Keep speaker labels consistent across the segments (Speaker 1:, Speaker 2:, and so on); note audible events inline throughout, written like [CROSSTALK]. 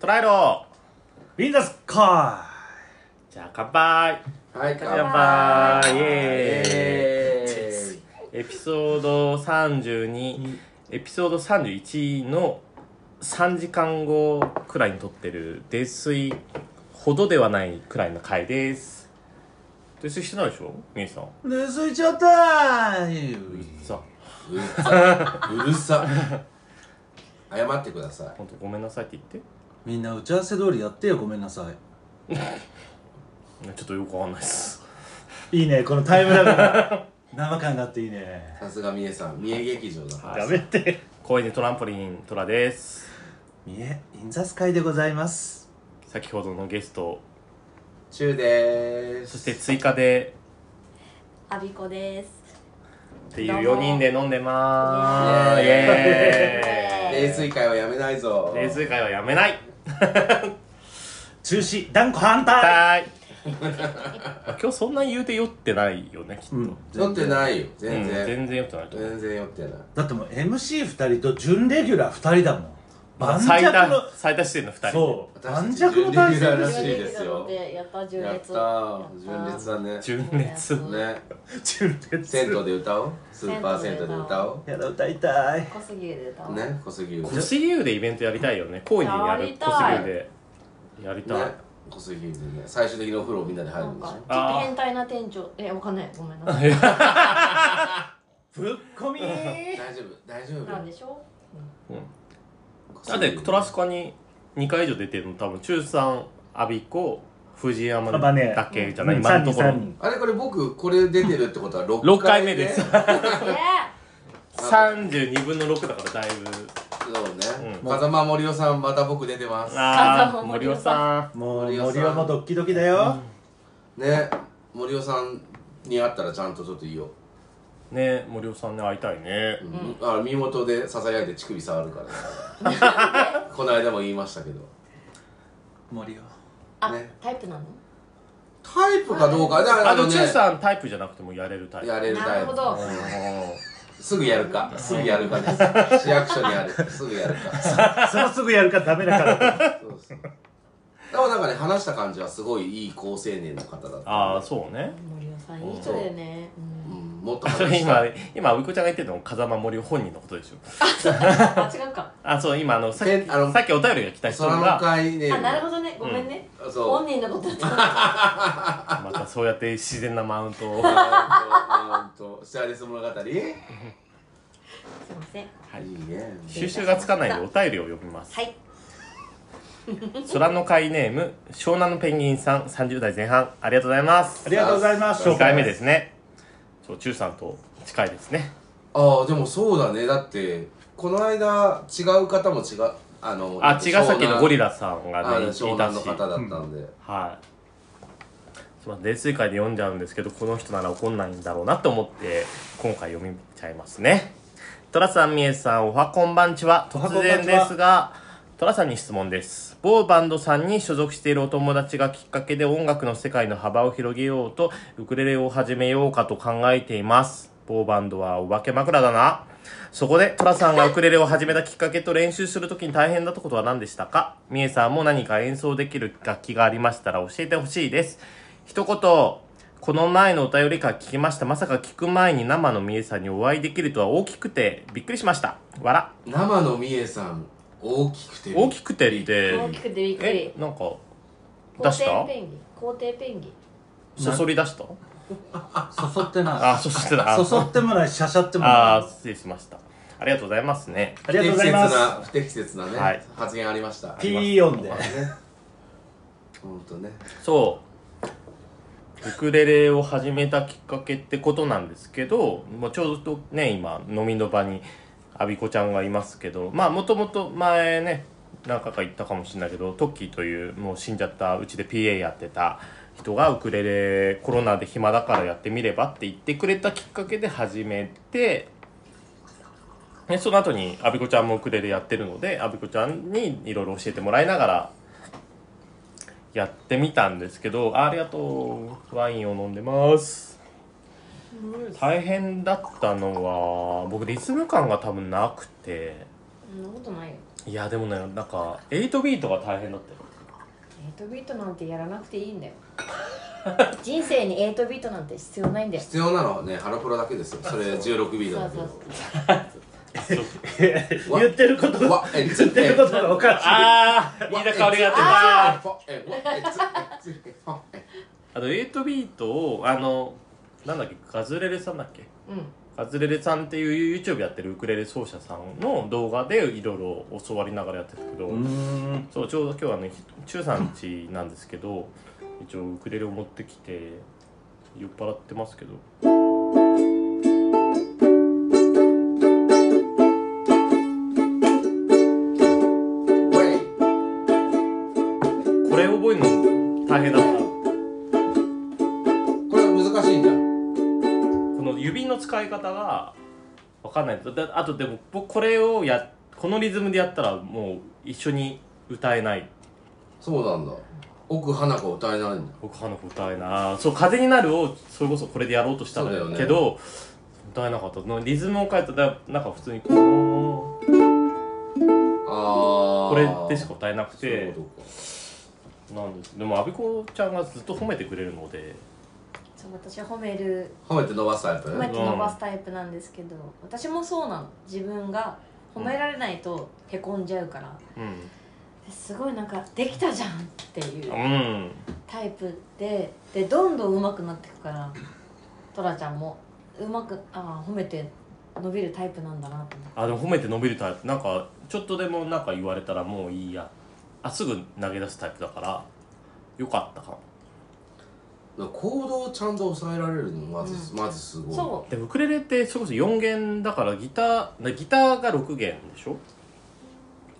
Speaker 1: 捉えろ
Speaker 2: ウィンダースカ
Speaker 1: じゃあ乾杯
Speaker 3: はい、乾
Speaker 1: 乾
Speaker 3: 杯
Speaker 1: 杯イエーイ
Speaker 3: えー
Speaker 1: エピソード32、
Speaker 2: うん
Speaker 1: エピソード31の3時間後くらいに撮ってる泥酔ほどではないくらいの回です泥酔してないでしょみゆきさん
Speaker 2: イ盗いちゃったー
Speaker 1: さあ
Speaker 3: うるさうるさ謝ってください
Speaker 1: 本当ごめんなさいって言っ
Speaker 2: みんな打ち合わせ通りやってよごめんなさ
Speaker 1: ていやちょっとよくわかんないです
Speaker 2: いいいねこのタイムラグが [LAUGHS] 生感があっていいね
Speaker 3: さすが三重さん三重劇場だ
Speaker 1: はい
Speaker 2: やめて
Speaker 1: [LAUGHS] 公園でトランポリントラです
Speaker 2: 三重インザスカイでございます
Speaker 1: 先ほどのゲスト
Speaker 3: 中でーす
Speaker 1: そして追加で
Speaker 4: あびこです。
Speaker 1: っていう4人で飲んでまーすイ
Speaker 3: どうも
Speaker 1: エーイ
Speaker 3: 冷水会はやめないぞ
Speaker 1: 泥酔会はやめない
Speaker 2: 中止断固反対
Speaker 1: はい [LAUGHS] 今日そんな言うて酔ってないよねきっと、
Speaker 2: うん
Speaker 3: 酔ってないよ全
Speaker 1: うん
Speaker 3: 然、
Speaker 1: 全然酔ってないと思う
Speaker 3: 全然酔ってない
Speaker 2: だってもう MC2 人と準レギュラー2人だもん盤石
Speaker 1: 最
Speaker 2: の
Speaker 1: 多最多出演の2人
Speaker 2: そう
Speaker 3: 私たち
Speaker 2: 盤石の対戦
Speaker 3: 準レギュラー
Speaker 2: で
Speaker 3: ら
Speaker 2: す
Speaker 3: しいですよ
Speaker 4: やった純
Speaker 3: やっ
Speaker 4: 烈。
Speaker 3: たー純烈だね
Speaker 1: 純烈
Speaker 4: そうだよ
Speaker 3: ね
Speaker 2: 純烈
Speaker 3: 銭湯で歌おうスーパー銭湯で歌お
Speaker 2: [LAUGHS] やだ歌いたいう
Speaker 4: 小杉で歌
Speaker 3: う
Speaker 4: う。
Speaker 3: ね小杉歌
Speaker 1: 小杉湯でイベントやりたいよね高円寺にあ
Speaker 4: や
Speaker 1: る
Speaker 4: りたい
Speaker 1: 小杉湯でやりたい、
Speaker 3: ね小杉でね最終的にお風呂みんなで入
Speaker 4: な
Speaker 3: る
Speaker 4: ん
Speaker 3: んで
Speaker 4: か
Speaker 3: し
Speaker 4: ちょっ
Speaker 1: あ
Speaker 4: と
Speaker 1: ー
Speaker 4: 変態な店長えわかんないごめんなさい。
Speaker 2: ぶっこみー
Speaker 3: ょ大丈夫大丈
Speaker 4: なんで
Speaker 3: 夫
Speaker 4: しょ
Speaker 1: だってトラスカに2回以上出てるの多分中3阿鼻子藤山
Speaker 2: あまあね
Speaker 1: だけじゃない、
Speaker 2: 3人
Speaker 1: 今のところ
Speaker 2: 3人
Speaker 3: あれこれ僕これ出てるってことは6
Speaker 1: 6回目です
Speaker 4: えー
Speaker 1: 32分の6だからだいぶ
Speaker 3: そうね、
Speaker 1: う
Speaker 3: 風間森夫さんまた僕出てます
Speaker 1: ああ
Speaker 4: あ
Speaker 1: 森尾さ
Speaker 2: もう
Speaker 3: 森尾さん
Speaker 2: 森はもうドッキドキだよ、
Speaker 3: ね森夫さんに会ったらちゃんとちょっといいよ、
Speaker 1: んね森尾さんね会いたいね
Speaker 3: うんあ身元でささやいて乳首触るからねこの間も言いましたけど
Speaker 2: 森は
Speaker 4: あ
Speaker 3: ね
Speaker 4: タイプなの？
Speaker 3: タイプかどうかだから
Speaker 1: あ
Speaker 3: あ
Speaker 1: の
Speaker 3: の
Speaker 1: 中
Speaker 3: ね
Speaker 1: さんタイプじゃなくてもやれるタイプ
Speaker 3: やれるタ
Speaker 4: な
Speaker 3: イ
Speaker 4: る
Speaker 3: プ
Speaker 4: ほど。
Speaker 3: すぐやるかすぐやるかです市役所にあるすぐやるか
Speaker 2: そのすぐやるからダメだから
Speaker 3: そうそうでもなんかね話した感じはすごいいい好青年の方だった
Speaker 1: ああそうね
Speaker 4: 森尾さんいい人だよね。
Speaker 3: う
Speaker 4: うん
Speaker 3: んもっと
Speaker 1: そ
Speaker 3: 話
Speaker 1: れ
Speaker 3: した
Speaker 1: 今
Speaker 3: い
Speaker 1: 今ういこちゃんが言ってるのも風間森夫本人のことでしょ
Speaker 4: あ違うか。
Speaker 1: あそう今あのさっき
Speaker 3: せあの
Speaker 1: さっきお便りが来た人
Speaker 3: 空の
Speaker 1: が
Speaker 3: 会ね
Speaker 4: あなるほどねごめんね。
Speaker 3: そう
Speaker 4: 本人のことだった。
Speaker 1: またそうやって自然なマウン
Speaker 3: [LAUGHS]
Speaker 1: トをは
Speaker 3: あーほんとシャーレス物語、い、
Speaker 4: すいませ
Speaker 1: い
Speaker 4: ん。
Speaker 3: いね
Speaker 1: 収集がつかないでお便りを読みます
Speaker 4: はい。
Speaker 1: 空の会ネーム湘南のペンギンさん30代前半ありがとうございます
Speaker 2: ありがとうございます
Speaker 3: そう
Speaker 1: 2回目ですねそう中さんと近いですね
Speaker 3: ああでもそうだねだってこの間違う方も違うあの
Speaker 1: あ茅ヶ崎のゴリ
Speaker 3: ラ
Speaker 1: ラさんが
Speaker 3: あ
Speaker 1: ねい
Speaker 3: の
Speaker 1: たし
Speaker 3: 湘南の方だったんで、
Speaker 1: はい。すみません、泥酔会で読んじゃうんですけど、この人なら怒んないんだろうなと思って、今回読みちゃいますね。トラさん、みえさん、おはこんばんちは。
Speaker 2: おはこん
Speaker 1: 突
Speaker 2: ばんちは
Speaker 1: 然ですが、トラさんに質問です。某バンドさんに所属しているお友達がきっかけで音楽の世界の幅を広げようと、ウクレレを始めようかと考えています。某バンドはお化け枕だな。そこで、トラさんがウクレレを始めたきっかけと練習するときに大変だったことは何でしたかみえさんも何か演奏できる楽器がありましたら教えてほしいです。一言、この前のお便りから聞きました。まさか聞く前に生のみえさんにお会いできるとは大きくてびっくりしました。わら。
Speaker 3: 生のみえさん大きくて
Speaker 1: 大きくてって、
Speaker 4: 大きくてびっく
Speaker 1: え
Speaker 4: り、。
Speaker 1: なんか、
Speaker 4: 皇
Speaker 1: 出し
Speaker 4: 帝
Speaker 1: た
Speaker 4: ペンギン。皇帝ペンギン。
Speaker 1: そそり出した
Speaker 2: そそってない
Speaker 1: あ、そそってた。
Speaker 2: そそってもないしゃしゃってもない
Speaker 1: あ
Speaker 2: あ
Speaker 1: ー、失礼しました。ありがとうございますね。
Speaker 2: りがとうございます
Speaker 3: 不適切な不適切なね、
Speaker 1: はい
Speaker 3: 発言ありました
Speaker 1: り
Speaker 2: ピ
Speaker 1: ます
Speaker 2: ー音で
Speaker 3: 本当ね
Speaker 1: そう。ウクレレを始めたきっかけってことなんですけど、もうちょうどね、今、飲みの場に、アビコちゃんがいますけど、まあ、もともと前ね、何回か言ったかもしれないけど、トッキーという、もう死んじゃった、うちで PA やってた人が、ウクレレ、コロナで暇だからやってみればって言ってくれたきっかけで始めて、ね、その後に、アビコちゃんもウクレレやってるので、アビコちゃんにいろいろ教えてもらいながら、やってみたんですけどあありがとうワインを飲んでます大変だったのは僕リズム感が多分なくて
Speaker 4: そんなことないよ。
Speaker 1: いやでもねなんか8ビートが大変だったよ
Speaker 4: 8ビートなんてやらなくていいんだよ人生に8ビートなんて必要ないんだよ
Speaker 3: 必要なのはねハロプロだけですよそれ16ビート
Speaker 4: そ
Speaker 3: だ
Speaker 4: う
Speaker 3: け
Speaker 4: そ
Speaker 3: ど
Speaker 4: う
Speaker 3: わ
Speaker 2: 言ってることが
Speaker 3: わえ
Speaker 2: 言ってることがおかし
Speaker 1: [LAUGHS]
Speaker 2: い
Speaker 1: ああ飯田香織がやってます
Speaker 3: えわえつえつえわえ
Speaker 1: あと8ビートをあのなんだっけガズレレさんだっけ
Speaker 4: そううん
Speaker 1: ガズレレさんっていう YouTube やってるウクレレ奏者さんの動画でいろいろ教わりながらやってたけど、
Speaker 2: うーん
Speaker 1: そうちょうど今日はね中さん家なんですけど一応ウクレレを持ってきて酔っ払ってますけどこ
Speaker 3: わえ
Speaker 1: れ覚えるの大変だった
Speaker 3: これ難しいんじゃん
Speaker 1: この指の使い方が分かんないだあとでも僕これをやこのリズムでやったらもう一緒に歌えない
Speaker 3: そうなんだ奥花子歌えないんだ
Speaker 1: 僕花子歌えないあーそう「風になる」をそれこそこれでやろうとしたんだ
Speaker 3: そうだよね
Speaker 1: けど、歌えなかったのリズムを変えたらなんか普通にこう
Speaker 3: あ
Speaker 1: こ
Speaker 3: あ
Speaker 1: れでしか歌えなく
Speaker 3: そうい
Speaker 1: て
Speaker 3: うことか
Speaker 1: なんですでも阿部子ちゃんがずっと褒めてくれるので
Speaker 4: そう私は褒める
Speaker 3: 褒めて伸ばすタイプ
Speaker 4: 褒めて伸ばすタイプなんですけど私もそうなの自分が褒められないとへこんじゃうから
Speaker 1: うん
Speaker 4: すごいなんかできたじゃんっていう
Speaker 1: うん
Speaker 4: タイプででどんどん上手くなっていくからトラちゃんもうまくあー褒めて伸びるタイプなんだなと思って
Speaker 1: あでも褒めて伸びるタイプなんかちょっとでもなんか言われたらもういいやあすぐ投げ出すタイプだからよかったかも
Speaker 3: 行動をちゃんと抑えられるのまず、まずすごい
Speaker 4: そ
Speaker 1: でもウクレレってそれこそ4弦だからギターなギターが6弦でしょ
Speaker 4: う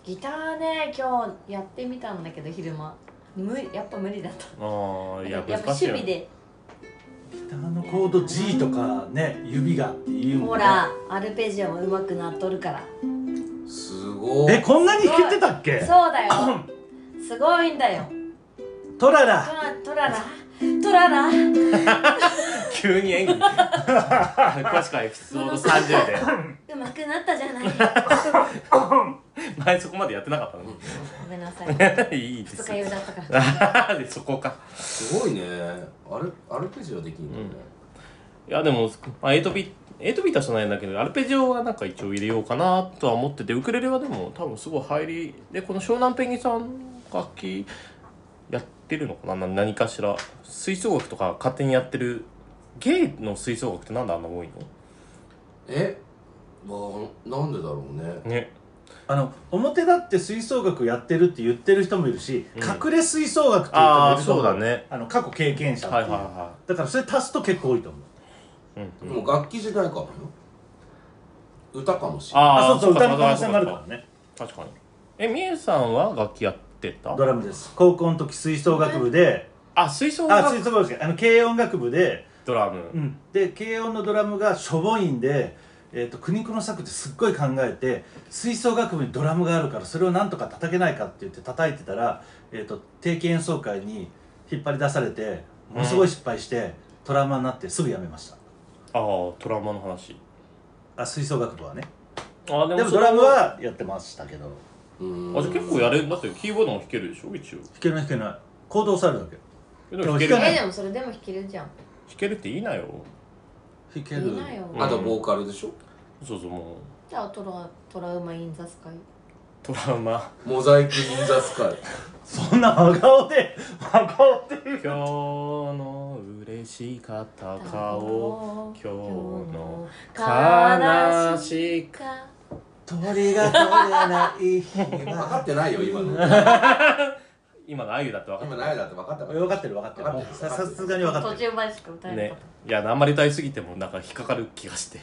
Speaker 4: ギターね今日やってみたんだけど昼間無やっぱ無理だった
Speaker 1: ああい
Speaker 4: や
Speaker 1: や難
Speaker 4: っぱ趣
Speaker 1: しいよね
Speaker 4: 味で
Speaker 2: ギターのコード G とかね指がっていうも
Speaker 4: ほ
Speaker 2: んね
Speaker 4: らアルペジオも上手くなっとるから
Speaker 3: すごい
Speaker 2: えこんなに弾けてたっけ
Speaker 4: そうだよすごいんだよ
Speaker 2: トラ
Speaker 4: ト
Speaker 2: ラ
Speaker 4: ラトララトララ
Speaker 1: 急に演技詳しくはエピソード30で
Speaker 4: [LAUGHS] 上手くなったじゃない
Speaker 1: 前そこまでやってなかったのに
Speaker 4: ごめんなさ
Speaker 1: [LAUGHS]
Speaker 4: い
Speaker 1: いいで
Speaker 4: 二
Speaker 1: す
Speaker 4: 日酔いだったか
Speaker 1: [LAUGHS]
Speaker 4: ら
Speaker 1: でそこか
Speaker 3: すごいねアルアルペジオできんだね、
Speaker 1: いやでも、まあ、8ビ8ビートはしないんだけどアルペジオはなんか一応入れようかなとは思っててウクレレはでも多分すごい入りでこの湘南ペンギンさん楽器やってるのかなな何かしら吹奏楽とか勝手にやってるゲイの吹奏楽ってなんであんな多いの
Speaker 3: えわあなんでだろうね
Speaker 1: ね
Speaker 2: あの表だって吹奏楽やってるって言ってる人もいるし、隠れ吹奏楽っていう人も
Speaker 1: ああ
Speaker 2: いると
Speaker 1: そ
Speaker 2: 思
Speaker 1: う
Speaker 2: う
Speaker 1: だね
Speaker 2: あの過去経験者って、
Speaker 1: はいいうはいは
Speaker 2: だからそれ足すと結構多いと思う
Speaker 1: い、うん
Speaker 3: もう楽器じゃないかもよ歌かもしれない
Speaker 1: あ
Speaker 2: あ
Speaker 1: あ
Speaker 2: そうそう歌の可能性
Speaker 1: そう
Speaker 2: も
Speaker 1: か
Speaker 2: ある
Speaker 1: そう
Speaker 2: か
Speaker 1: から
Speaker 2: ね
Speaker 1: 確かにえみえさんは楽器やってた
Speaker 2: ドラムです高校の時吹奏楽部で
Speaker 1: あ吹奏
Speaker 2: あ吹
Speaker 1: 楽
Speaker 2: 奏楽部ですあの軽音楽部で、
Speaker 1: ドラム、
Speaker 2: うん、で軽音のドラムがしょぼいんで、えー、と国子の策ですっごい考えて吹奏楽部にドラムがあるからそれをなんとか叩けないかって言って叩いてたら、えー、と定期演奏会に引っ張り出されてものすごい失敗して、トラウマになってすぐ辞めました
Speaker 1: ああトラウマの話
Speaker 2: あ吹奏楽部はね
Speaker 1: あで
Speaker 2: でもドラムはやってましたけど弾
Speaker 3: うーん
Speaker 1: あじゃあ結構やれだってキーボードも弾けるでしょ一応
Speaker 2: けない弾けない行動されるだけ
Speaker 1: えでも弾け
Speaker 2: で
Speaker 1: る弾
Speaker 2: も弾けない
Speaker 4: えでもそれでも弾けるじゃん
Speaker 1: けるっていいなよ
Speaker 2: 弾け
Speaker 4: いいなよ
Speaker 3: あとボーカルでしょ
Speaker 1: そうそうもう
Speaker 4: じゃあトラトラウマインザスカイ
Speaker 1: トラウマ
Speaker 3: モザイク・イン・ザ・スカイ
Speaker 2: そんな真顔で真顔で
Speaker 1: 今日の嬉しかった顔今日の悲しい
Speaker 4: か
Speaker 2: 鳥が取れない日
Speaker 3: 分
Speaker 2: は
Speaker 3: かってないよ今の今
Speaker 1: 今のあゆだって分かった
Speaker 3: ないだって分かったか
Speaker 2: 分かってる分かって
Speaker 3: 分かって
Speaker 2: る
Speaker 3: る
Speaker 2: ささすがに分か
Speaker 4: 途
Speaker 2: ってる
Speaker 4: 中までしか歌えな
Speaker 1: ね
Speaker 4: かっ
Speaker 1: いやあんまり歌いすぎてもなんか引っかかる気がして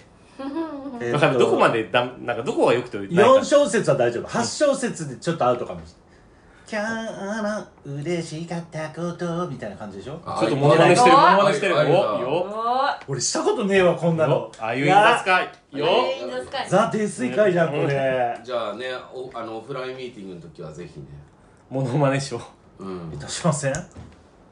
Speaker 2: えー
Speaker 1: だ
Speaker 2: と
Speaker 1: からどこまでだなんかどこが良くてないか
Speaker 2: 4小節は大丈夫8小節でちょっとアウトかもしれない「今日の嬉しかったこと」みたいな感じでしょ
Speaker 3: ら
Speaker 1: ちょっとモノマネしてる
Speaker 4: お
Speaker 1: モ
Speaker 4: い
Speaker 1: ノマネしてるお
Speaker 3: おい
Speaker 4: た
Speaker 1: よ
Speaker 2: 俺したことねえわこんなの
Speaker 1: よあゆいだすかい
Speaker 4: お
Speaker 1: よ
Speaker 4: ーインザスカイ
Speaker 2: ザ・泥酔会じゃんこれ
Speaker 3: じゃあねおあのオフラインミーティングの時はぜひね
Speaker 1: モノマネしよ
Speaker 3: うん
Speaker 2: いたしません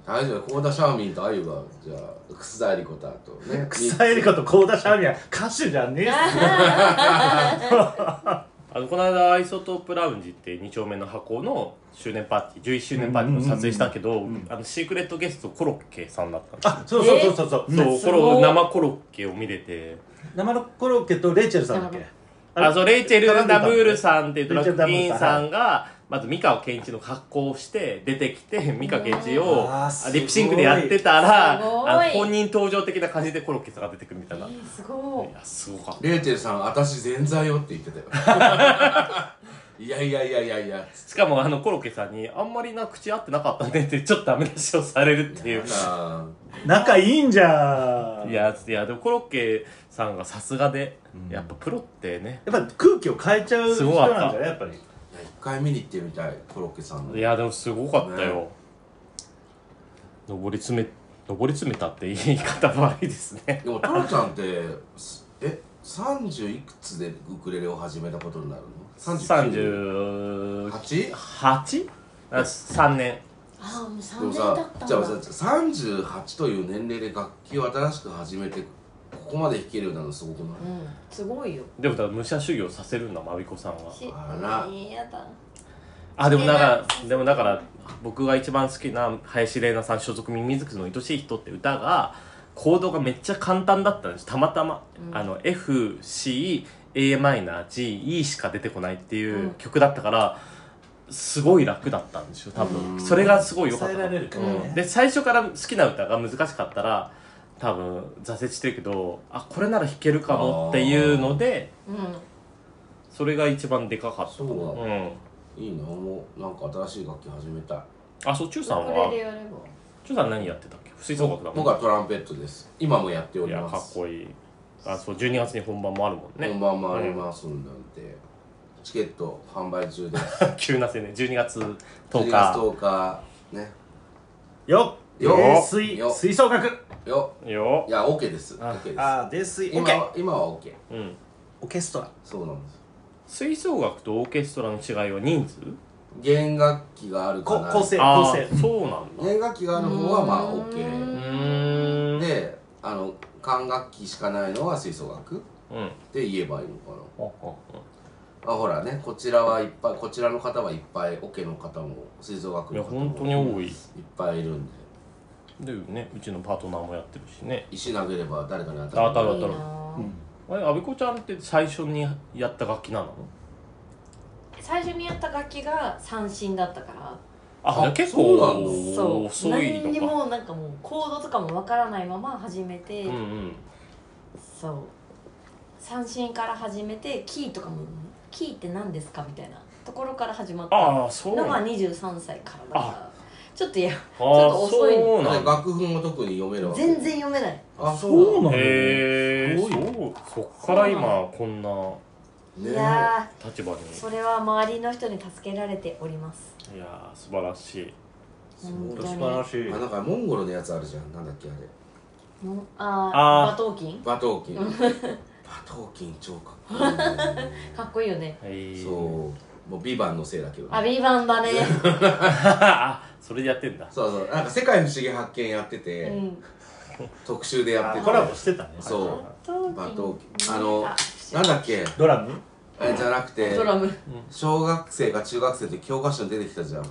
Speaker 3: 大丈夫幸田シャーミンとあゆがじゃあ楠田絵理子とあとね
Speaker 2: 草えりこと幸田シャーミンは歌手じゃねえっす
Speaker 1: うあのこの間アイソトープラウンジって2丁目の箱の周年パーティー11周年パーティーの撮影したけど、
Speaker 2: んうんうん
Speaker 1: あのシークレットゲストコロッケさんだったんですよ
Speaker 2: あそうそうそうそうそう,、
Speaker 1: そう
Speaker 4: す
Speaker 1: コ
Speaker 4: ご
Speaker 1: ロ
Speaker 4: い
Speaker 1: 生コロッケを見れて
Speaker 2: 生のコロッケとレイチェルさんだっけ
Speaker 1: あそうレイチェル・ダブール
Speaker 2: ん
Speaker 1: さんっていうドラッグクイーンさ
Speaker 2: レ
Speaker 1: んがまず美川憲一の格好をして出てきて美川憲一を
Speaker 2: あーすごい
Speaker 1: リップシンクでやってたらあ
Speaker 4: すごい
Speaker 1: の本人登場的な感じでコロッケさんが出てくるみたいな、い
Speaker 4: ー、すごい
Speaker 1: やすごかった
Speaker 3: レイチェルさん私全財よって言って
Speaker 1: [LAUGHS]
Speaker 3: たよいやいやいやいやいや
Speaker 1: しかもあのコロッケさんにあんまりな口合ってなかったねってちょっとダメ出しをされるっていう
Speaker 3: な
Speaker 2: 仲いいんじゃん
Speaker 1: い
Speaker 2: や
Speaker 1: やいやでもコロッケさんがさすがで、やっぱプロってね
Speaker 2: っぱ空気を変えちゃう人なんじゃないやっぱり
Speaker 3: あ一回見に行ってみたいコロッケさんの
Speaker 1: いやでもすごかったよ、登り詰め登り詰めたって言い方悪いですね
Speaker 3: でもトラちゃんってすえ三30いくつでウクレレを始めたことになるの ?39
Speaker 1: 38
Speaker 3: 38?
Speaker 1: あ3年
Speaker 4: あーもう3
Speaker 3: でも
Speaker 4: 年だ
Speaker 3: さ
Speaker 4: ったんだ
Speaker 3: じゃあさ38という年齢で楽器を新しく始めてここまで弾けるようになるのすごくない、
Speaker 4: うんすごいよ
Speaker 1: でもだから武者修行させるんだまびこさんは
Speaker 4: し
Speaker 3: あら
Speaker 4: いやだ
Speaker 1: あでもだからでもだから僕が一番好きな林玲奈さん所属ミミズクの「愛しい人」って歌がコードがめっちゃ簡単だったんですたまたま、
Speaker 4: うん
Speaker 1: あの FCAmGe しか出てこないっていううん曲だったから、すごい楽だったんですよ多分
Speaker 3: うん
Speaker 1: それがすごい良かっ
Speaker 2: 抑
Speaker 1: た
Speaker 2: えられるから
Speaker 1: うん
Speaker 2: ね、
Speaker 1: で最初から好きな歌が難しかったら多分挫折してるけどあこれなら弾けるかもっていうので
Speaker 4: うん
Speaker 1: それが一番でかかった
Speaker 3: そうなの、
Speaker 1: うん
Speaker 3: いいなもうなんか新しい楽器始めたい
Speaker 1: あそうチュウさん
Speaker 4: ウクレ
Speaker 1: は
Speaker 4: レやれば
Speaker 1: チュウさん何やってたっけ吹奏楽だもんね
Speaker 3: 僕はトランペットです今もやってお
Speaker 1: い
Speaker 3: り
Speaker 1: や
Speaker 3: ます
Speaker 1: かっこいいあそう12月に本番もあるもんね
Speaker 3: 本番もありますんなんて、チケット販売中です
Speaker 1: 急なせね12月10
Speaker 3: 10月
Speaker 1: 日
Speaker 3: 10日ね
Speaker 2: よっ
Speaker 3: よ
Speaker 2: 泥水
Speaker 3: よ
Speaker 2: 吹奏楽
Speaker 3: よ
Speaker 1: よ
Speaker 3: いや OK です
Speaker 1: あ
Speaker 3: OK です
Speaker 2: ああ泥水オ
Speaker 3: 今
Speaker 2: ケ
Speaker 3: は今は OK
Speaker 1: うん
Speaker 2: オーケストラ
Speaker 3: そうなんです
Speaker 1: 吹奏楽とオーケストラの違いは人数
Speaker 3: 弦楽器があるか
Speaker 2: こ
Speaker 3: な
Speaker 2: 構成構
Speaker 1: あ
Speaker 2: 成
Speaker 1: あそうなんだ
Speaker 3: 弦楽器がある方はまあ
Speaker 4: うー
Speaker 3: OK
Speaker 1: うーん
Speaker 3: であの管楽器しかないのは吹奏楽っ
Speaker 1: うん
Speaker 3: て言えばいいのか
Speaker 1: ああ
Speaker 3: なあほらねこちらはいっぱいこちらの方はいっぱいオ、ケの方も吹奏楽
Speaker 1: いや
Speaker 3: の方も
Speaker 1: 本当に多い
Speaker 3: いっぱいいるんで
Speaker 1: でねうちのパートナーもやってるしね
Speaker 3: 石投げれば誰かに当
Speaker 1: あ当
Speaker 3: た
Speaker 1: た
Speaker 3: る
Speaker 1: る
Speaker 4: い
Speaker 1: 当
Speaker 4: いな
Speaker 1: たる
Speaker 4: あ
Speaker 1: あれ阿部子ちゃんって最初にやった楽器なの
Speaker 4: 最初にやった楽器が三振だったから
Speaker 1: あ
Speaker 3: あ
Speaker 1: 結
Speaker 3: そう
Speaker 1: 構
Speaker 3: なの
Speaker 4: そう
Speaker 1: 遅い
Speaker 4: 何に
Speaker 1: のか
Speaker 4: もなんかもうコードとかもわからないまま始めて、
Speaker 1: うんうん
Speaker 4: そう三振から始めてキーとかも「キーって何ですか?」みたいなところから始まった
Speaker 1: あ
Speaker 4: の
Speaker 1: あそうな
Speaker 4: が
Speaker 1: んだ
Speaker 4: 23歳からだからちょっといや
Speaker 1: あ
Speaker 4: ょ
Speaker 1: ー
Speaker 4: っと遅い
Speaker 1: そうな
Speaker 3: で
Speaker 1: んだ
Speaker 3: 楽譜も特に読めるわけ
Speaker 4: 全然読めない
Speaker 3: あ
Speaker 2: そうなの
Speaker 1: へえ
Speaker 2: すごいよ
Speaker 1: そうそっから今こんな
Speaker 3: ね
Speaker 4: いや
Speaker 1: 立場に
Speaker 4: ーそれは周りの人に助けられております
Speaker 1: いやー素晴らしい
Speaker 4: 本当
Speaker 2: 素
Speaker 4: に
Speaker 2: 晴らしい
Speaker 3: あなんかモンゴルのやつあるじゃんなんだっけあれ
Speaker 4: のあ
Speaker 1: あー
Speaker 4: あ馬頭琴
Speaker 3: 馬頭琴馬頭琴超かっこいいね、
Speaker 4: かっこいいよね
Speaker 1: はい
Speaker 3: そうもうビバンのせいだけど、
Speaker 4: あビーバンだね
Speaker 1: [LAUGHS] あそれでやってんだ
Speaker 3: そうそうなんか「世界不思議発見」やってて、
Speaker 4: うん
Speaker 3: 特集でやってて
Speaker 2: コラボしてたね
Speaker 3: そう
Speaker 4: 馬
Speaker 3: 馬頭琴あのなんだっけ
Speaker 2: ドラム
Speaker 3: あれじゃなくて
Speaker 4: ドラム
Speaker 3: 小学生か中学生って教科書に出てきたじゃん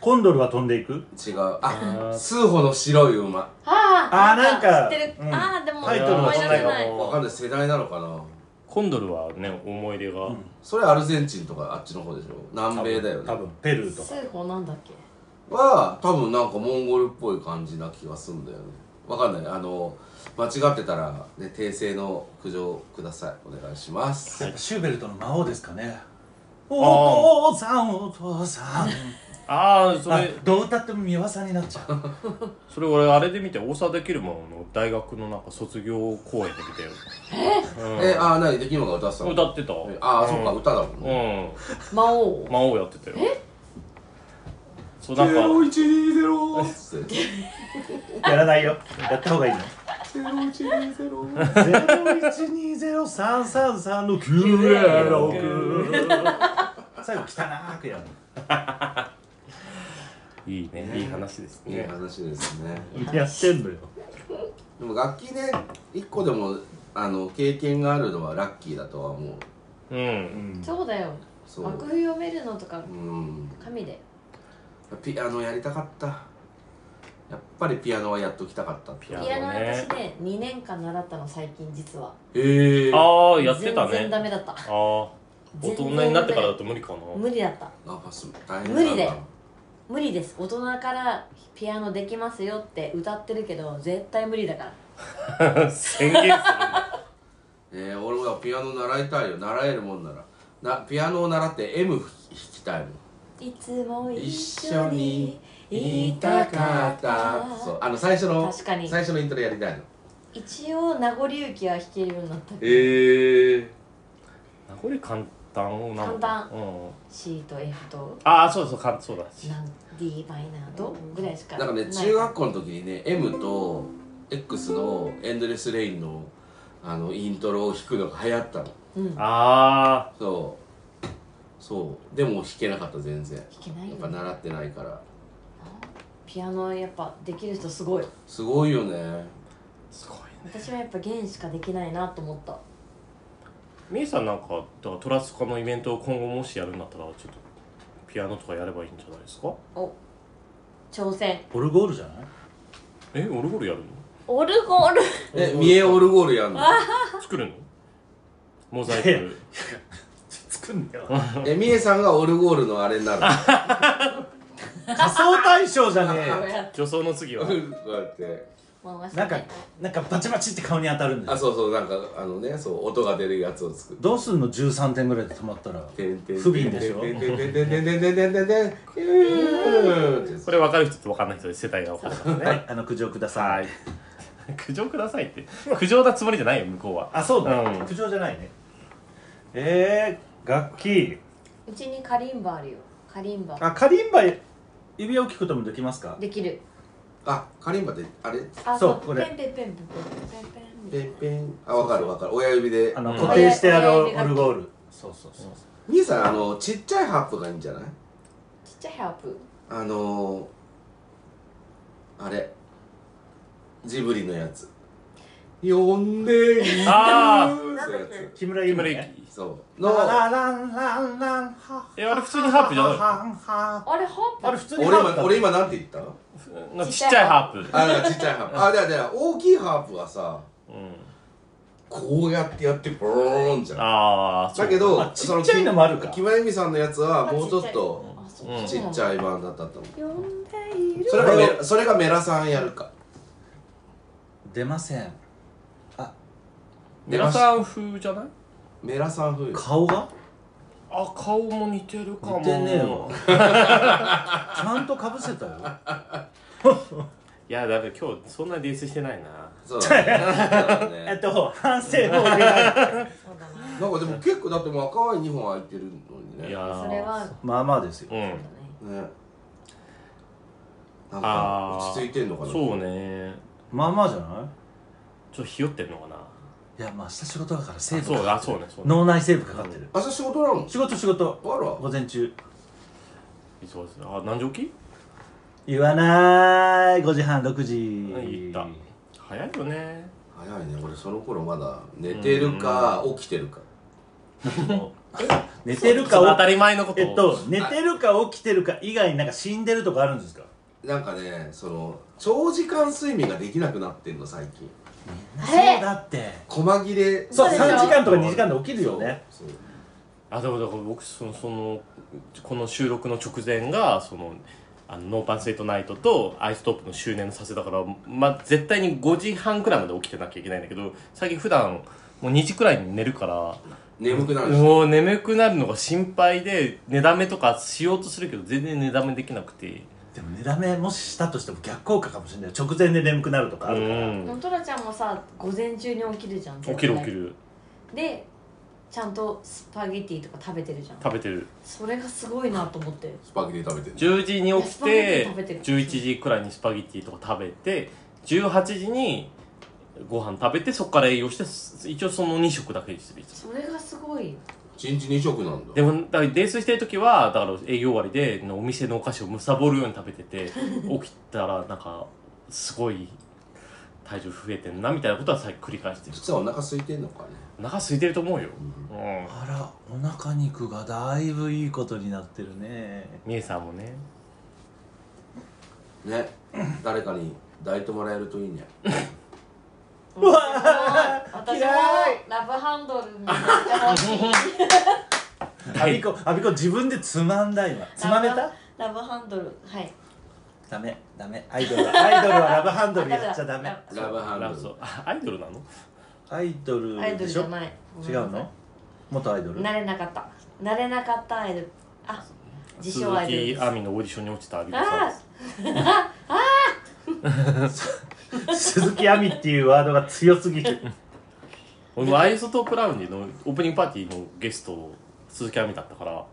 Speaker 2: コンドルは飛んでいく
Speaker 3: 違うあ
Speaker 1: ー
Speaker 3: 数歩の白い馬
Speaker 4: あ
Speaker 2: あーなんか
Speaker 4: 知ってる、
Speaker 2: うん
Speaker 4: ああでも
Speaker 2: タイトルは
Speaker 4: 思い
Speaker 2: 知
Speaker 4: 出
Speaker 2: ら
Speaker 4: せ
Speaker 2: ないかも
Speaker 4: ない
Speaker 3: わかんない世代なのかな
Speaker 1: コンドルはね思い出が、
Speaker 2: ん
Speaker 3: それアルゼンチンとかあっちの方でしょ南米だよ
Speaker 2: 多
Speaker 3: ね
Speaker 2: 分ペルーとか
Speaker 4: 数歩なんだっけ
Speaker 3: は多分なんかモンゴルっぽい感じな気がするんだよねわかんないあの間違ってたら、ね、訂正の苦情くださいお願いします、
Speaker 2: やっぱシューベルトの魔王ですかね
Speaker 1: あ
Speaker 2: お父さんお父さん
Speaker 1: ああそ
Speaker 2: あ
Speaker 1: れ
Speaker 2: どう歌っても美輪さんになっちゃう
Speaker 1: それ俺あれで見て大沢できるものの大学のなんか卒業公演で見たよ
Speaker 3: えああ何できるのが歌ってたの
Speaker 1: 歌ってた
Speaker 3: えああ、そっか歌だもん
Speaker 1: うん
Speaker 3: ね
Speaker 4: 魔王
Speaker 1: 魔王やってたよそうなんか
Speaker 3: 0120って
Speaker 2: やらないよやった方がいいの [LAUGHS]
Speaker 3: 0120
Speaker 2: 0120-333の906最後汚くやる
Speaker 1: いいねいい話です
Speaker 3: いい
Speaker 1: ね
Speaker 3: 話ですね
Speaker 2: のやってんのよ
Speaker 3: でも楽器ね一個でもあの経験があるのはラッキーだとは思う
Speaker 1: う
Speaker 2: うんん
Speaker 4: そうだよ
Speaker 3: そう
Speaker 4: 楽譜読めるのとか
Speaker 3: うん
Speaker 4: 紙で
Speaker 3: ピアノやりたかったやっぱりピアノはやっときたかった
Speaker 1: ピ
Speaker 4: ピ
Speaker 1: ア
Speaker 4: ア
Speaker 1: ノ
Speaker 4: ノ
Speaker 1: ね
Speaker 4: 私ね2年間習ったの最近実は
Speaker 3: ええあ
Speaker 1: ああやってた
Speaker 4: 全然
Speaker 1: ね
Speaker 4: ダメだった
Speaker 1: ああ大
Speaker 4: 全
Speaker 1: 人
Speaker 4: 然
Speaker 1: になってからだと無理かな
Speaker 4: 無理だった
Speaker 3: あパス大変
Speaker 4: 無理だ
Speaker 3: だ
Speaker 4: よ無理です大人からピアノできますよって歌ってるけど絶対無理だから
Speaker 1: 宣言するんだ
Speaker 3: えー、俺もピアノ習いたいよ習えるもんならなピアノを習って M 弾きたいもん
Speaker 4: いつも
Speaker 3: 一
Speaker 4: 一
Speaker 3: 緒
Speaker 4: 緒
Speaker 3: に
Speaker 4: に
Speaker 3: い
Speaker 4: い
Speaker 3: たか
Speaker 4: たか
Speaker 3: っ
Speaker 4: ったた
Speaker 3: そうあの最初の
Speaker 4: 確かに
Speaker 3: 最初のイントロやりたいの
Speaker 4: 一応名残雪は弾けるようになった
Speaker 3: ええ
Speaker 1: 名残簡単なの
Speaker 4: 簡
Speaker 1: う
Speaker 4: 単
Speaker 1: ん、
Speaker 4: C と F と
Speaker 1: ああそうそうかそうだ
Speaker 4: なん D マイナーとぐらいしか
Speaker 3: なんかね
Speaker 4: い
Speaker 3: 中学校の時にね M と X の「エンドレス・レインの」あのイントロを弾くのが流行ったの
Speaker 4: うん弾
Speaker 1: あ
Speaker 3: そうそうでも弾けなかった全然や
Speaker 4: けない
Speaker 3: っ
Speaker 4: よ
Speaker 3: ぱ習ってないから
Speaker 4: ピアノやっぱできる人すごい
Speaker 3: すごいよね
Speaker 1: あすごいね
Speaker 4: 私はやっぱ弦しかできないなと思った
Speaker 1: みえさんなんかだからトラスカのイベントを今後もしやるんだったらちょっとピアノとかやればいいんじゃないですか
Speaker 4: お挑戦
Speaker 2: オルゴールじゃない
Speaker 1: えオルゴールやる
Speaker 4: オルゴ [LAUGHS] ール
Speaker 3: え三重オルゴールやんの
Speaker 1: の作るのモザイ
Speaker 2: いやい
Speaker 1: ク
Speaker 2: 作んだよ
Speaker 3: え三重さんがオルゴールのあれになるの
Speaker 2: 仮装大賞じゃねえ
Speaker 4: こ
Speaker 2: よ
Speaker 4: うやって
Speaker 1: 女装の次は
Speaker 3: こうやって
Speaker 4: 回して
Speaker 2: なんかなんかバチバチって顔に当たるんだ
Speaker 3: あ
Speaker 2: よ
Speaker 3: そうそうなんかあのねそう音が出るやつを作る
Speaker 2: どうすんの13点ぐらいで止まったら
Speaker 3: てんてんてん
Speaker 2: 不憫でしょ
Speaker 3: てんてんてんてんてんてんてんてんてんてんヒュー
Speaker 1: これ分かる人と分かんない人で世代が分かるからね
Speaker 2: はいあの苦情くださ
Speaker 1: はいい。苦情くださいって。苦情なつもりじゃないよ、向こうは。
Speaker 2: あそうだ、
Speaker 1: うん
Speaker 2: 苦情じゃないねえー、楽器
Speaker 4: うちにカリンバあるよカリンバ
Speaker 2: あカリンバ指を大きくともできますか
Speaker 4: できる
Speaker 3: あカリンバってあれ
Speaker 4: あ
Speaker 2: そうこれ
Speaker 4: ペンペンペンペンペンペンペ
Speaker 3: ペ
Speaker 4: ン
Speaker 3: ンペンあわかるわかる親指で
Speaker 2: あの
Speaker 1: うん
Speaker 2: 固定してある
Speaker 4: 親
Speaker 2: オ
Speaker 4: 指が
Speaker 2: ルゴールそうそうそう
Speaker 3: 兄さんあのちっちゃいハープがいいんじゃない
Speaker 4: ちっちゃいハープ
Speaker 3: あのー、あれジブリのやつ呼んでいい
Speaker 1: あ
Speaker 3: のやつ
Speaker 2: 木村
Speaker 1: 木
Speaker 2: ゆ
Speaker 1: 村
Speaker 2: み
Speaker 1: ゆき
Speaker 2: ね。
Speaker 3: そう
Speaker 2: ラ
Speaker 3: の
Speaker 2: ラランランランハ
Speaker 1: え、あれ普通にハープじゃない
Speaker 2: な
Speaker 4: あれハープ
Speaker 2: あれ普通に
Speaker 3: 俺
Speaker 2: ハープ
Speaker 3: 今俺今なんて言った
Speaker 1: のなんかちっちゃいハープ。
Speaker 3: あなんかちっちゃいハープあだよだよ大きいハープはさ
Speaker 1: うん。
Speaker 3: こうやってやってブローンじゃん
Speaker 1: ああ、そう
Speaker 3: だけど
Speaker 2: あちっちゃいのもあるか
Speaker 3: 木村由美さんのやつは
Speaker 4: あ
Speaker 3: もうちょっと
Speaker 4: あそ
Speaker 1: うん
Speaker 4: う
Speaker 3: ちっちゃい版だったと思う
Speaker 4: 呼んでいる
Speaker 3: それがメそれがメラさんやるか
Speaker 2: 出ません
Speaker 1: 皆さん風じゃない
Speaker 3: メラさん風
Speaker 2: 顔が
Speaker 1: あ、顔も似てるかも。
Speaker 2: 似てねえわ [LAUGHS] ちゃんとかぶせたよ
Speaker 1: いや、だって今日そんなリースしてないな。 [LAUGHS]
Speaker 3: そうだねそうだ
Speaker 2: えっ
Speaker 3: ね
Speaker 2: と反省の俺が
Speaker 4: そうだな
Speaker 3: なんかでも結構だってもう赤ワイン2本開いてるのにね
Speaker 1: いやー
Speaker 4: それは
Speaker 2: まあまあですよ
Speaker 1: うん
Speaker 4: そうだね。
Speaker 3: ねなんか
Speaker 1: あー
Speaker 3: 落ち着いてんのかな
Speaker 1: そうね。
Speaker 2: まあまあじゃな
Speaker 1: ちょっとひよってんのかな。
Speaker 2: いいやまあ明日仕事だからセーブ
Speaker 1: そう
Speaker 2: か
Speaker 1: だ、
Speaker 2: かって
Speaker 1: そう
Speaker 2: る
Speaker 1: ね、そうね。
Speaker 2: 脳内セーブかかってる
Speaker 3: 明日仕事なの
Speaker 2: 仕事仕事
Speaker 3: あ
Speaker 2: 午前中
Speaker 1: そうです。あ、何時起
Speaker 2: 言わない5時半6時
Speaker 1: 言ったき早いよ
Speaker 2: [LAUGHS]
Speaker 1: ね。
Speaker 3: ら早いね俺その頃まだ寝てるか起きてるか
Speaker 2: 寝てるか
Speaker 1: そ
Speaker 2: を
Speaker 1: の当たり前のことを。
Speaker 2: えっと寝てるか起きてるか以外になんか死んでるとかあるんですか
Speaker 3: なんかねその長時間睡眠ができなくなってんの最近
Speaker 4: え
Speaker 2: そうだって
Speaker 3: 細切れ
Speaker 2: そう
Speaker 4: そうでしょ
Speaker 2: 3時間とか2時間で起きるよね
Speaker 3: そうそう
Speaker 1: あでもだから僕そのそのこの収録の直前がそのあのノーパンスイートナイトとアイストップの周年のさせだから、まあ、絶対に5時半くらいまで起きてなきゃいけないんだけど最近普段もう2時くらいに寝るから
Speaker 3: 眠くなるし
Speaker 1: もう眠くなるのが心配で寝だめとかしようとするけど全然寝だめできなくて
Speaker 2: でも寝だめもししたとしても逆効果かもしれない直前で眠くなるとかあ
Speaker 1: う
Speaker 2: るから、
Speaker 4: も
Speaker 1: ん
Speaker 4: うトラちゃんもさ午前中に起きるじゃん
Speaker 1: 起きる起きる
Speaker 4: でちゃんとスパゲティとか食べてるじゃん
Speaker 1: 食べてる
Speaker 4: それがすごいなと思って
Speaker 3: スパゲティ食べてる
Speaker 1: 10時に起きて
Speaker 4: いやスパゲッティ食べてる
Speaker 1: 11時くらいにスパゲッティとか食べて18時にご飯食べてそこから栄養してす一応その2食だけにするいつも
Speaker 4: それがすごい
Speaker 3: 1日2食なん
Speaker 1: で
Speaker 3: だ
Speaker 1: もだから泥酔してる時はだから営業終わりでお店
Speaker 4: [LAUGHS]
Speaker 1: のお菓子をむさぼるように食べてて起きたらなんかすごい体重増えてんなみたいなことはさ繰り返してる
Speaker 3: 実はお腹空いてんのかね
Speaker 1: お腹空いてると思うよ、うん、
Speaker 2: あらお腹肉がだいぶいいことになってるね
Speaker 1: みえさんもね
Speaker 3: ね誰かに抱いてもらえるといいね
Speaker 4: うわ私もラブハンドルになってほしい
Speaker 2: アビコアビコ自分でつまんだ今つまめた
Speaker 4: ラブハンドルはい
Speaker 2: ダメダメアイドルはアイドルはラブハンドルやっちゃダメ
Speaker 4: ラ
Speaker 3: ラブハン
Speaker 1: ラ
Speaker 3: ド
Speaker 1: そ
Speaker 3: ル
Speaker 1: うあアイドルなの
Speaker 2: アイドル
Speaker 4: アイド
Speaker 2: で
Speaker 4: ル
Speaker 2: し
Speaker 4: じ
Speaker 2: ょ
Speaker 4: ゃない
Speaker 2: 違うの元アイドル [LAUGHS]
Speaker 4: なれなかったなれなかったアイドルあ自
Speaker 1: 鈴
Speaker 4: 称アイドルで
Speaker 1: 木
Speaker 4: す
Speaker 1: 亜美のオーディションに落ちたアビコさん
Speaker 4: あ
Speaker 1: です
Speaker 2: 鈴木亜美っていうワードが強すぎる
Speaker 1: 俺アイソトープラウンジのオープニングパーティーのゲスト鈴木亜美だったから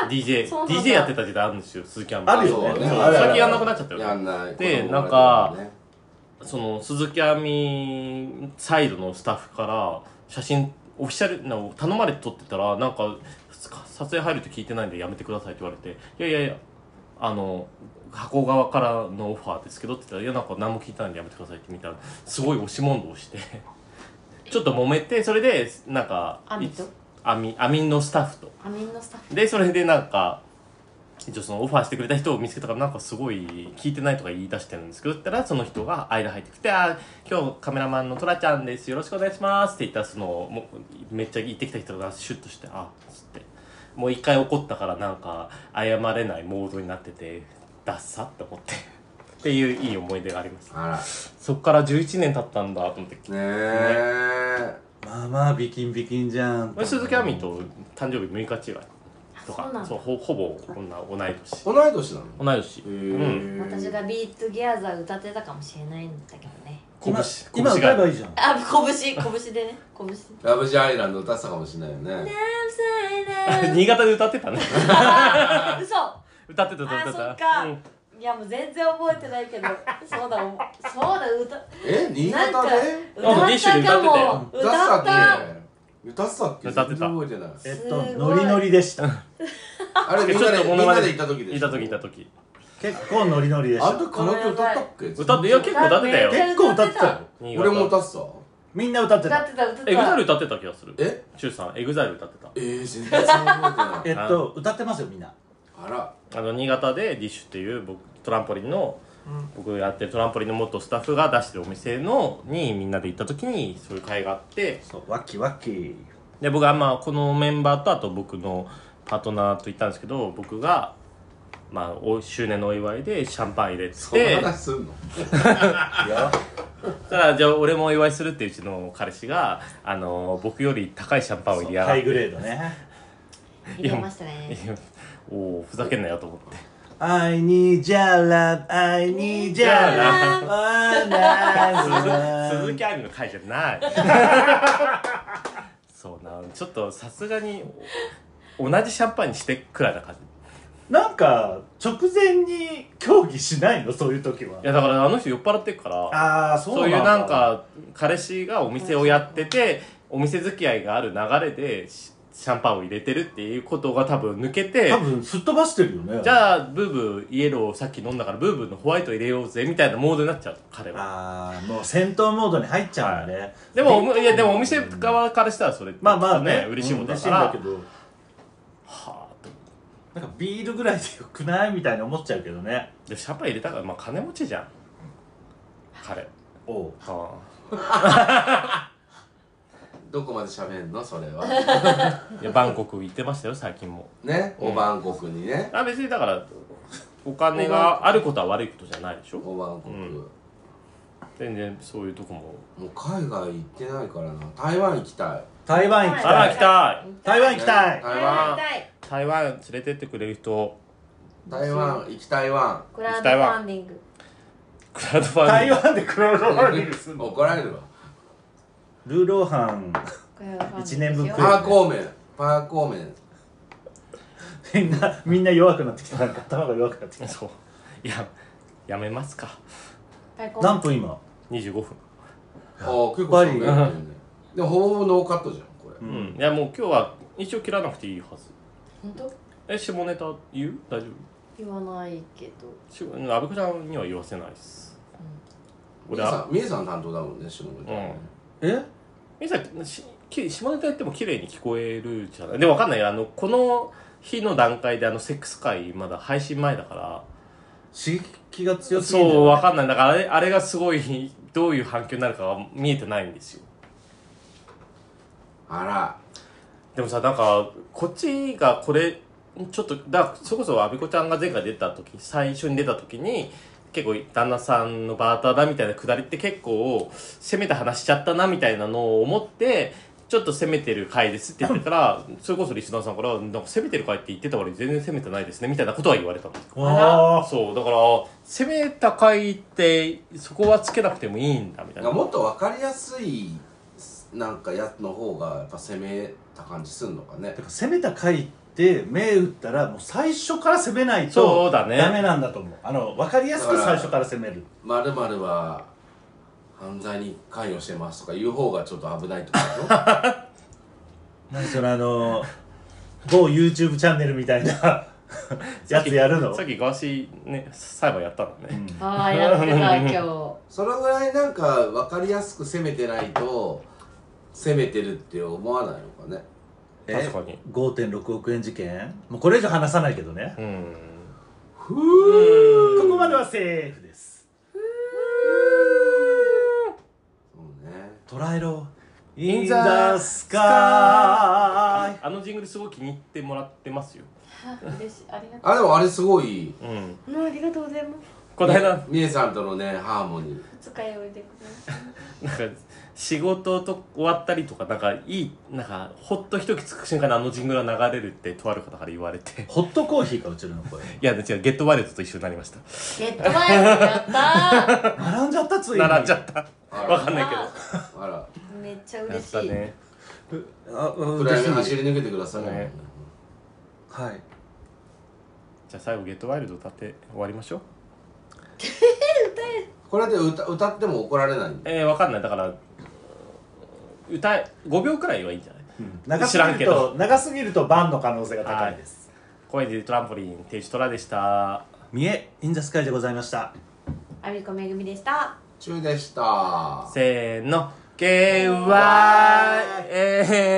Speaker 4: そう
Speaker 1: DJ
Speaker 4: なんだ
Speaker 1: DJ やってた時代あるんですよ鈴木亜美
Speaker 2: あるよ
Speaker 3: そう
Speaker 2: ね
Speaker 3: ね
Speaker 2: あるある
Speaker 1: 先やんなくなっちゃったよ
Speaker 3: やんない
Speaker 1: で
Speaker 3: 子供
Speaker 1: なんか
Speaker 3: 生まれたらね
Speaker 1: その鈴木亜美サイドのスタッフから写真オフィシャルな頼まれて撮ってたらなんか撮影入ると聞いてないんでやめてくださいって言われて「いやいやいやあの箱側からのオファーですけど」って言ったら「いやなんか何も聞いてないんでやめてください」って見たらすごい押し問答をしてちょっと揉めてそれでなんか
Speaker 4: アミと
Speaker 1: アミアミンのスタッフと
Speaker 4: アミンのスタッフ
Speaker 1: でそれでなんか一応そのオファーしてくれた人を見つけたからなんかすごい聞いてないとか言い出してるんですけど言ったらその人が間入ってきて「あー今日カメラマンのトラちゃんですよろしくお願いします」って言ったらそのもうめっちゃ言ってきた人がシュッとして「あっ」つってもう一回怒ったからなんか謝れないモードになっててダッサって思ってっていういい思い出があります
Speaker 3: あら
Speaker 1: そっから11年経ったんだと思って
Speaker 3: ねえ
Speaker 2: まあまあビキンビキンじゃん
Speaker 1: 俺鈴木亜美と誕生日6日違いと
Speaker 4: あそうな
Speaker 1: か
Speaker 4: んだ
Speaker 1: そうほほぼこんな同い年
Speaker 3: 同い年なの
Speaker 1: 同い年うん
Speaker 3: へえ
Speaker 4: 私がビートギアーザー歌ってたかもしれないんだけどね
Speaker 1: 拳
Speaker 2: 今
Speaker 1: 拳
Speaker 2: 今歌えばいい
Speaker 1: い
Speaker 2: じゃん
Speaker 4: あ拳拳でね拳で
Speaker 3: ラブジーアイランド歌ってたかもしれないよね
Speaker 1: [LAUGHS] 新潟で歌ってたね [LAUGHS]
Speaker 4: 嘘
Speaker 1: 歌ってた歌ってた
Speaker 4: あそっか
Speaker 1: うん
Speaker 4: いやもう全然覚えてないけどそうだそうだ歌
Speaker 3: え新
Speaker 4: なんか
Speaker 3: 潟で
Speaker 1: なんか
Speaker 4: 歌
Speaker 1: ディッ
Speaker 4: っ
Speaker 1: シュで
Speaker 4: た
Speaker 1: 歌
Speaker 4: か
Speaker 1: ってたよ
Speaker 4: も
Speaker 3: 歌ってたっけ
Speaker 4: 歌った
Speaker 3: 歌
Speaker 1: 歌っ
Speaker 3: ってたっけ
Speaker 1: てた
Speaker 3: 全然覚えてない
Speaker 2: えっ
Speaker 4: すご
Speaker 2: と
Speaker 4: い
Speaker 2: ノリノリでした
Speaker 3: あれみんなでみん
Speaker 1: モノマ
Speaker 3: な
Speaker 1: ネ
Speaker 3: で行った時でしょ
Speaker 1: いた時いた時
Speaker 2: 結構ノリノリでし
Speaker 3: あ
Speaker 2: た
Speaker 3: の時カラオケ歌ったっけ
Speaker 1: 歌っていや結構歌ってたよ
Speaker 4: めちゃ
Speaker 2: 結構歌ってたよ
Speaker 1: 新潟
Speaker 3: 俺も歌ってた
Speaker 2: みんな歌って
Speaker 4: 歌
Speaker 2: た
Speaker 4: ってた歌ってた
Speaker 1: エグザイル歌ってた気がする
Speaker 3: え
Speaker 1: 中さんエグザイル歌ってた
Speaker 3: えー、全然覚えて
Speaker 2: え
Speaker 3: ない
Speaker 2: っと歌ってますよみんな
Speaker 3: あら
Speaker 1: あの新潟でディッシュっていう僕トランポリンの僕がやってるトランポリンの元スタッフが出してるお店のにみんなで行った時にそういう会があって
Speaker 2: そうワッキーワッキー
Speaker 1: で僕はまあこのメンバーとあと僕のパートナーと行ったんですけど僕がまあお周年のお祝いでシャンパン入れて
Speaker 3: そんな話すんの
Speaker 2: い
Speaker 1: だ
Speaker 2: や
Speaker 1: からじゃあ俺もお祝いするっていううちの彼氏があの僕より高いシャンパンを入れやがっ
Speaker 2: ハイ
Speaker 1: て
Speaker 2: グレードね
Speaker 4: 入れましたね
Speaker 1: いやお [LAUGHS] おふざけんなよと思って
Speaker 2: I need your love, I need your
Speaker 1: [LAUGHS]
Speaker 2: love, one last
Speaker 1: 鈴
Speaker 2: one.
Speaker 1: 木亜美の回じゃない [LAUGHS] そうなちょっとさすがに同じシャンパンにしてくらいな感じ。
Speaker 2: なんか、直前に競技しないのそういう時はい
Speaker 1: やだからあの人酔っ払ってるから
Speaker 2: ああ、そ
Speaker 1: そううい
Speaker 2: だ
Speaker 1: うなん、か彼氏がお店をやっててお店付き合いがある流れでシシャンパンを入れてるっていうことが多分抜けて
Speaker 2: 多分、すっ飛ばしてるよね。
Speaker 1: じゃあブーブーイエローさっき飲んだからブーブーのホワイト入れようぜみたいなモードになっちゃう彼は
Speaker 2: ああ、もう戦闘モードに入っちゃうんだね。
Speaker 1: でもおむいやでもお店側からしたらそれ
Speaker 2: まあまあね
Speaker 1: ね、嬉しいもんだ
Speaker 2: 嬉し
Speaker 1: か
Speaker 2: いん
Speaker 1: ら、
Speaker 2: だけど、
Speaker 1: はあと
Speaker 2: なんかビールぐらいでよくないみたいに思っちゃうけどね。
Speaker 1: でシャンパン入れたからまあ金持ちじゃん彼は
Speaker 2: おう。
Speaker 1: あ
Speaker 3: どこまで喋んのそれ
Speaker 1: [LAUGHS]
Speaker 3: は
Speaker 1: いやバンコク行ってましたよ最近
Speaker 2: [LAUGHS]
Speaker 1: も
Speaker 3: ねおバンコクにね
Speaker 1: あ別にだからお金があることは悪いことじゃないでしょ
Speaker 3: おバンコク、
Speaker 1: うん
Speaker 3: も
Speaker 1: 全然そういうとこも
Speaker 3: う海外行ってないからな台湾行きたい
Speaker 2: 台湾行き
Speaker 1: あら行
Speaker 2: たい
Speaker 1: き。たい
Speaker 2: 台湾行きたい。
Speaker 3: 台
Speaker 4: 行
Speaker 3: 湾
Speaker 4: きたい
Speaker 1: 台湾連れてってくれる人
Speaker 3: 台湾行き台湾
Speaker 4: クラウドファンディング
Speaker 1: クラウドファンディン
Speaker 2: 台
Speaker 1: グ
Speaker 2: 湾でクロローリングすんの
Speaker 3: 怒られるわ
Speaker 2: ルーローハン。
Speaker 4: クラウドファンディング
Speaker 2: 一年分
Speaker 4: しよう
Speaker 2: くらい
Speaker 3: パーコーメンパーコーメン
Speaker 2: みんな、みんな弱くなってきた。なんか頭が弱くなってきた。
Speaker 1: そういややめますか
Speaker 4: 大根
Speaker 2: 何分今
Speaker 1: 25分
Speaker 3: ああ結構喋ってるねでもほぼほぼノーカットじゃんこれ
Speaker 1: うん、いやもう今日は一応切らなくていいはず
Speaker 4: 本当
Speaker 1: え下ネタ言う大丈夫
Speaker 4: 言わないけど
Speaker 1: しうん阿部子ちゃんには言わせないです
Speaker 3: み
Speaker 1: 俺
Speaker 3: えさ
Speaker 1: は
Speaker 3: んみえさん担当だもんね下ネタね
Speaker 2: え
Speaker 1: みさんしき下ネタやっても綺麗に聞こえるじゃないでもわかんないあのこの日の段階であのセックス会まだ配信前だから
Speaker 2: 刺激が強すぎる
Speaker 1: そうわかんないだからあれあれがすごいどういう反響になるかは見えてないんですよ
Speaker 3: あら
Speaker 1: でもさなんかこっちがこれちょっとだそれこそ阿ビ子ちゃんが前回出た時最初に出た時に結構旦那さんのバーターだみたいなくだりって結構攻めた話しちゃったなみたいなのを思ってちょっと攻めてる回ですって言ってからそれこそリスナーさんから「なんか攻めてる回って言ってた割に全然攻めてないですね」みたいなことは言われたの
Speaker 2: あー
Speaker 1: そうだから攻めた回ってそこはつけなくてもいいんだみたいな
Speaker 3: なんかもっと分かりやすいなんかやつの方がやっぱ攻めた感じすんのかね
Speaker 2: だから攻めた回って目打ったらもう最初から攻めない
Speaker 1: そう
Speaker 2: と
Speaker 1: だ
Speaker 2: ダ
Speaker 1: ね
Speaker 2: メなんだと思うあの分かりやすく最初から攻める
Speaker 3: まるまるは犯罪に関与してますとか言う方がちょっと危ないってことか
Speaker 2: 何それあの某 YouTube チャンネルみたいな [LAUGHS] やつやるの
Speaker 1: さっきガーシーね裁判やったのね、
Speaker 4: ああやってた今日
Speaker 3: そのぐらいなんか分かりやすく攻めてないと攻めてるって思わないのかね
Speaker 2: え
Speaker 1: 確かに
Speaker 2: 5.6億円事件もうこれ以上話さないけどね
Speaker 1: うん
Speaker 3: ふう
Speaker 2: ここまではセーフです
Speaker 3: そうね
Speaker 2: 捉えろ
Speaker 1: In
Speaker 2: In
Speaker 1: the
Speaker 2: the sky
Speaker 1: あのジングルすごい気に入ってもらってますよ
Speaker 4: あ嬉しいありがと
Speaker 3: あでもあれすごい
Speaker 1: うん
Speaker 4: うもうありがとうございます
Speaker 1: この間
Speaker 3: みえさんとのねハー
Speaker 2: [LAUGHS]
Speaker 3: モニー
Speaker 4: お使いおいでください
Speaker 1: なんか仕事と終わったりとかなんかいいなんかほっと一息つく瞬間にあのジングルが流れるってとある方から言われて [LAUGHS]
Speaker 2: ホットコーヒーかうちらの声
Speaker 1: いや違うゲットワイルドと一緒になりました
Speaker 4: ゲット前にやった
Speaker 1: [LAUGHS]
Speaker 2: 並んじゃったついに
Speaker 1: 並んじゃった
Speaker 3: あ
Speaker 1: わ
Speaker 3: ら
Speaker 1: かんないけど
Speaker 3: あら
Speaker 4: ーめっちゃ
Speaker 1: や
Speaker 4: 嬉
Speaker 1: った
Speaker 4: しい、
Speaker 1: ね
Speaker 2: あうん
Speaker 3: 暗
Speaker 2: 嬉
Speaker 3: 闇
Speaker 2: し
Speaker 3: 走
Speaker 2: い
Speaker 3: り抜けてください
Speaker 1: ね
Speaker 3: ね
Speaker 2: はい
Speaker 1: じゃあ最後ゲットワイルド歌って終わりましょう
Speaker 3: これで歌歌っても怒られないんだ
Speaker 1: えー、わかんないだから歌え5秒くらいはいいんじゃない
Speaker 2: 長
Speaker 1: 知
Speaker 2: す
Speaker 1: ら
Speaker 2: ぎ
Speaker 1: んけ
Speaker 2: る
Speaker 1: ど
Speaker 2: と長すぎるとバンの可能性が高いです
Speaker 1: 声でトランポリン停止トラでした
Speaker 2: 三重インザスカイでございました
Speaker 4: アビコめぐみでした
Speaker 3: 中でした
Speaker 1: せーの KYL